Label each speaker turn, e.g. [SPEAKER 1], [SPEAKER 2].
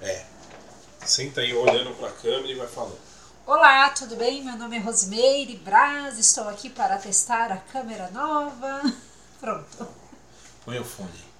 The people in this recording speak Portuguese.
[SPEAKER 1] É. Senta aí olhando para a câmera e vai falando.
[SPEAKER 2] Olá, tudo bem? Meu nome é Rosimeire Braz, estou aqui para testar a câmera nova. Pronto.
[SPEAKER 1] Põe o fone.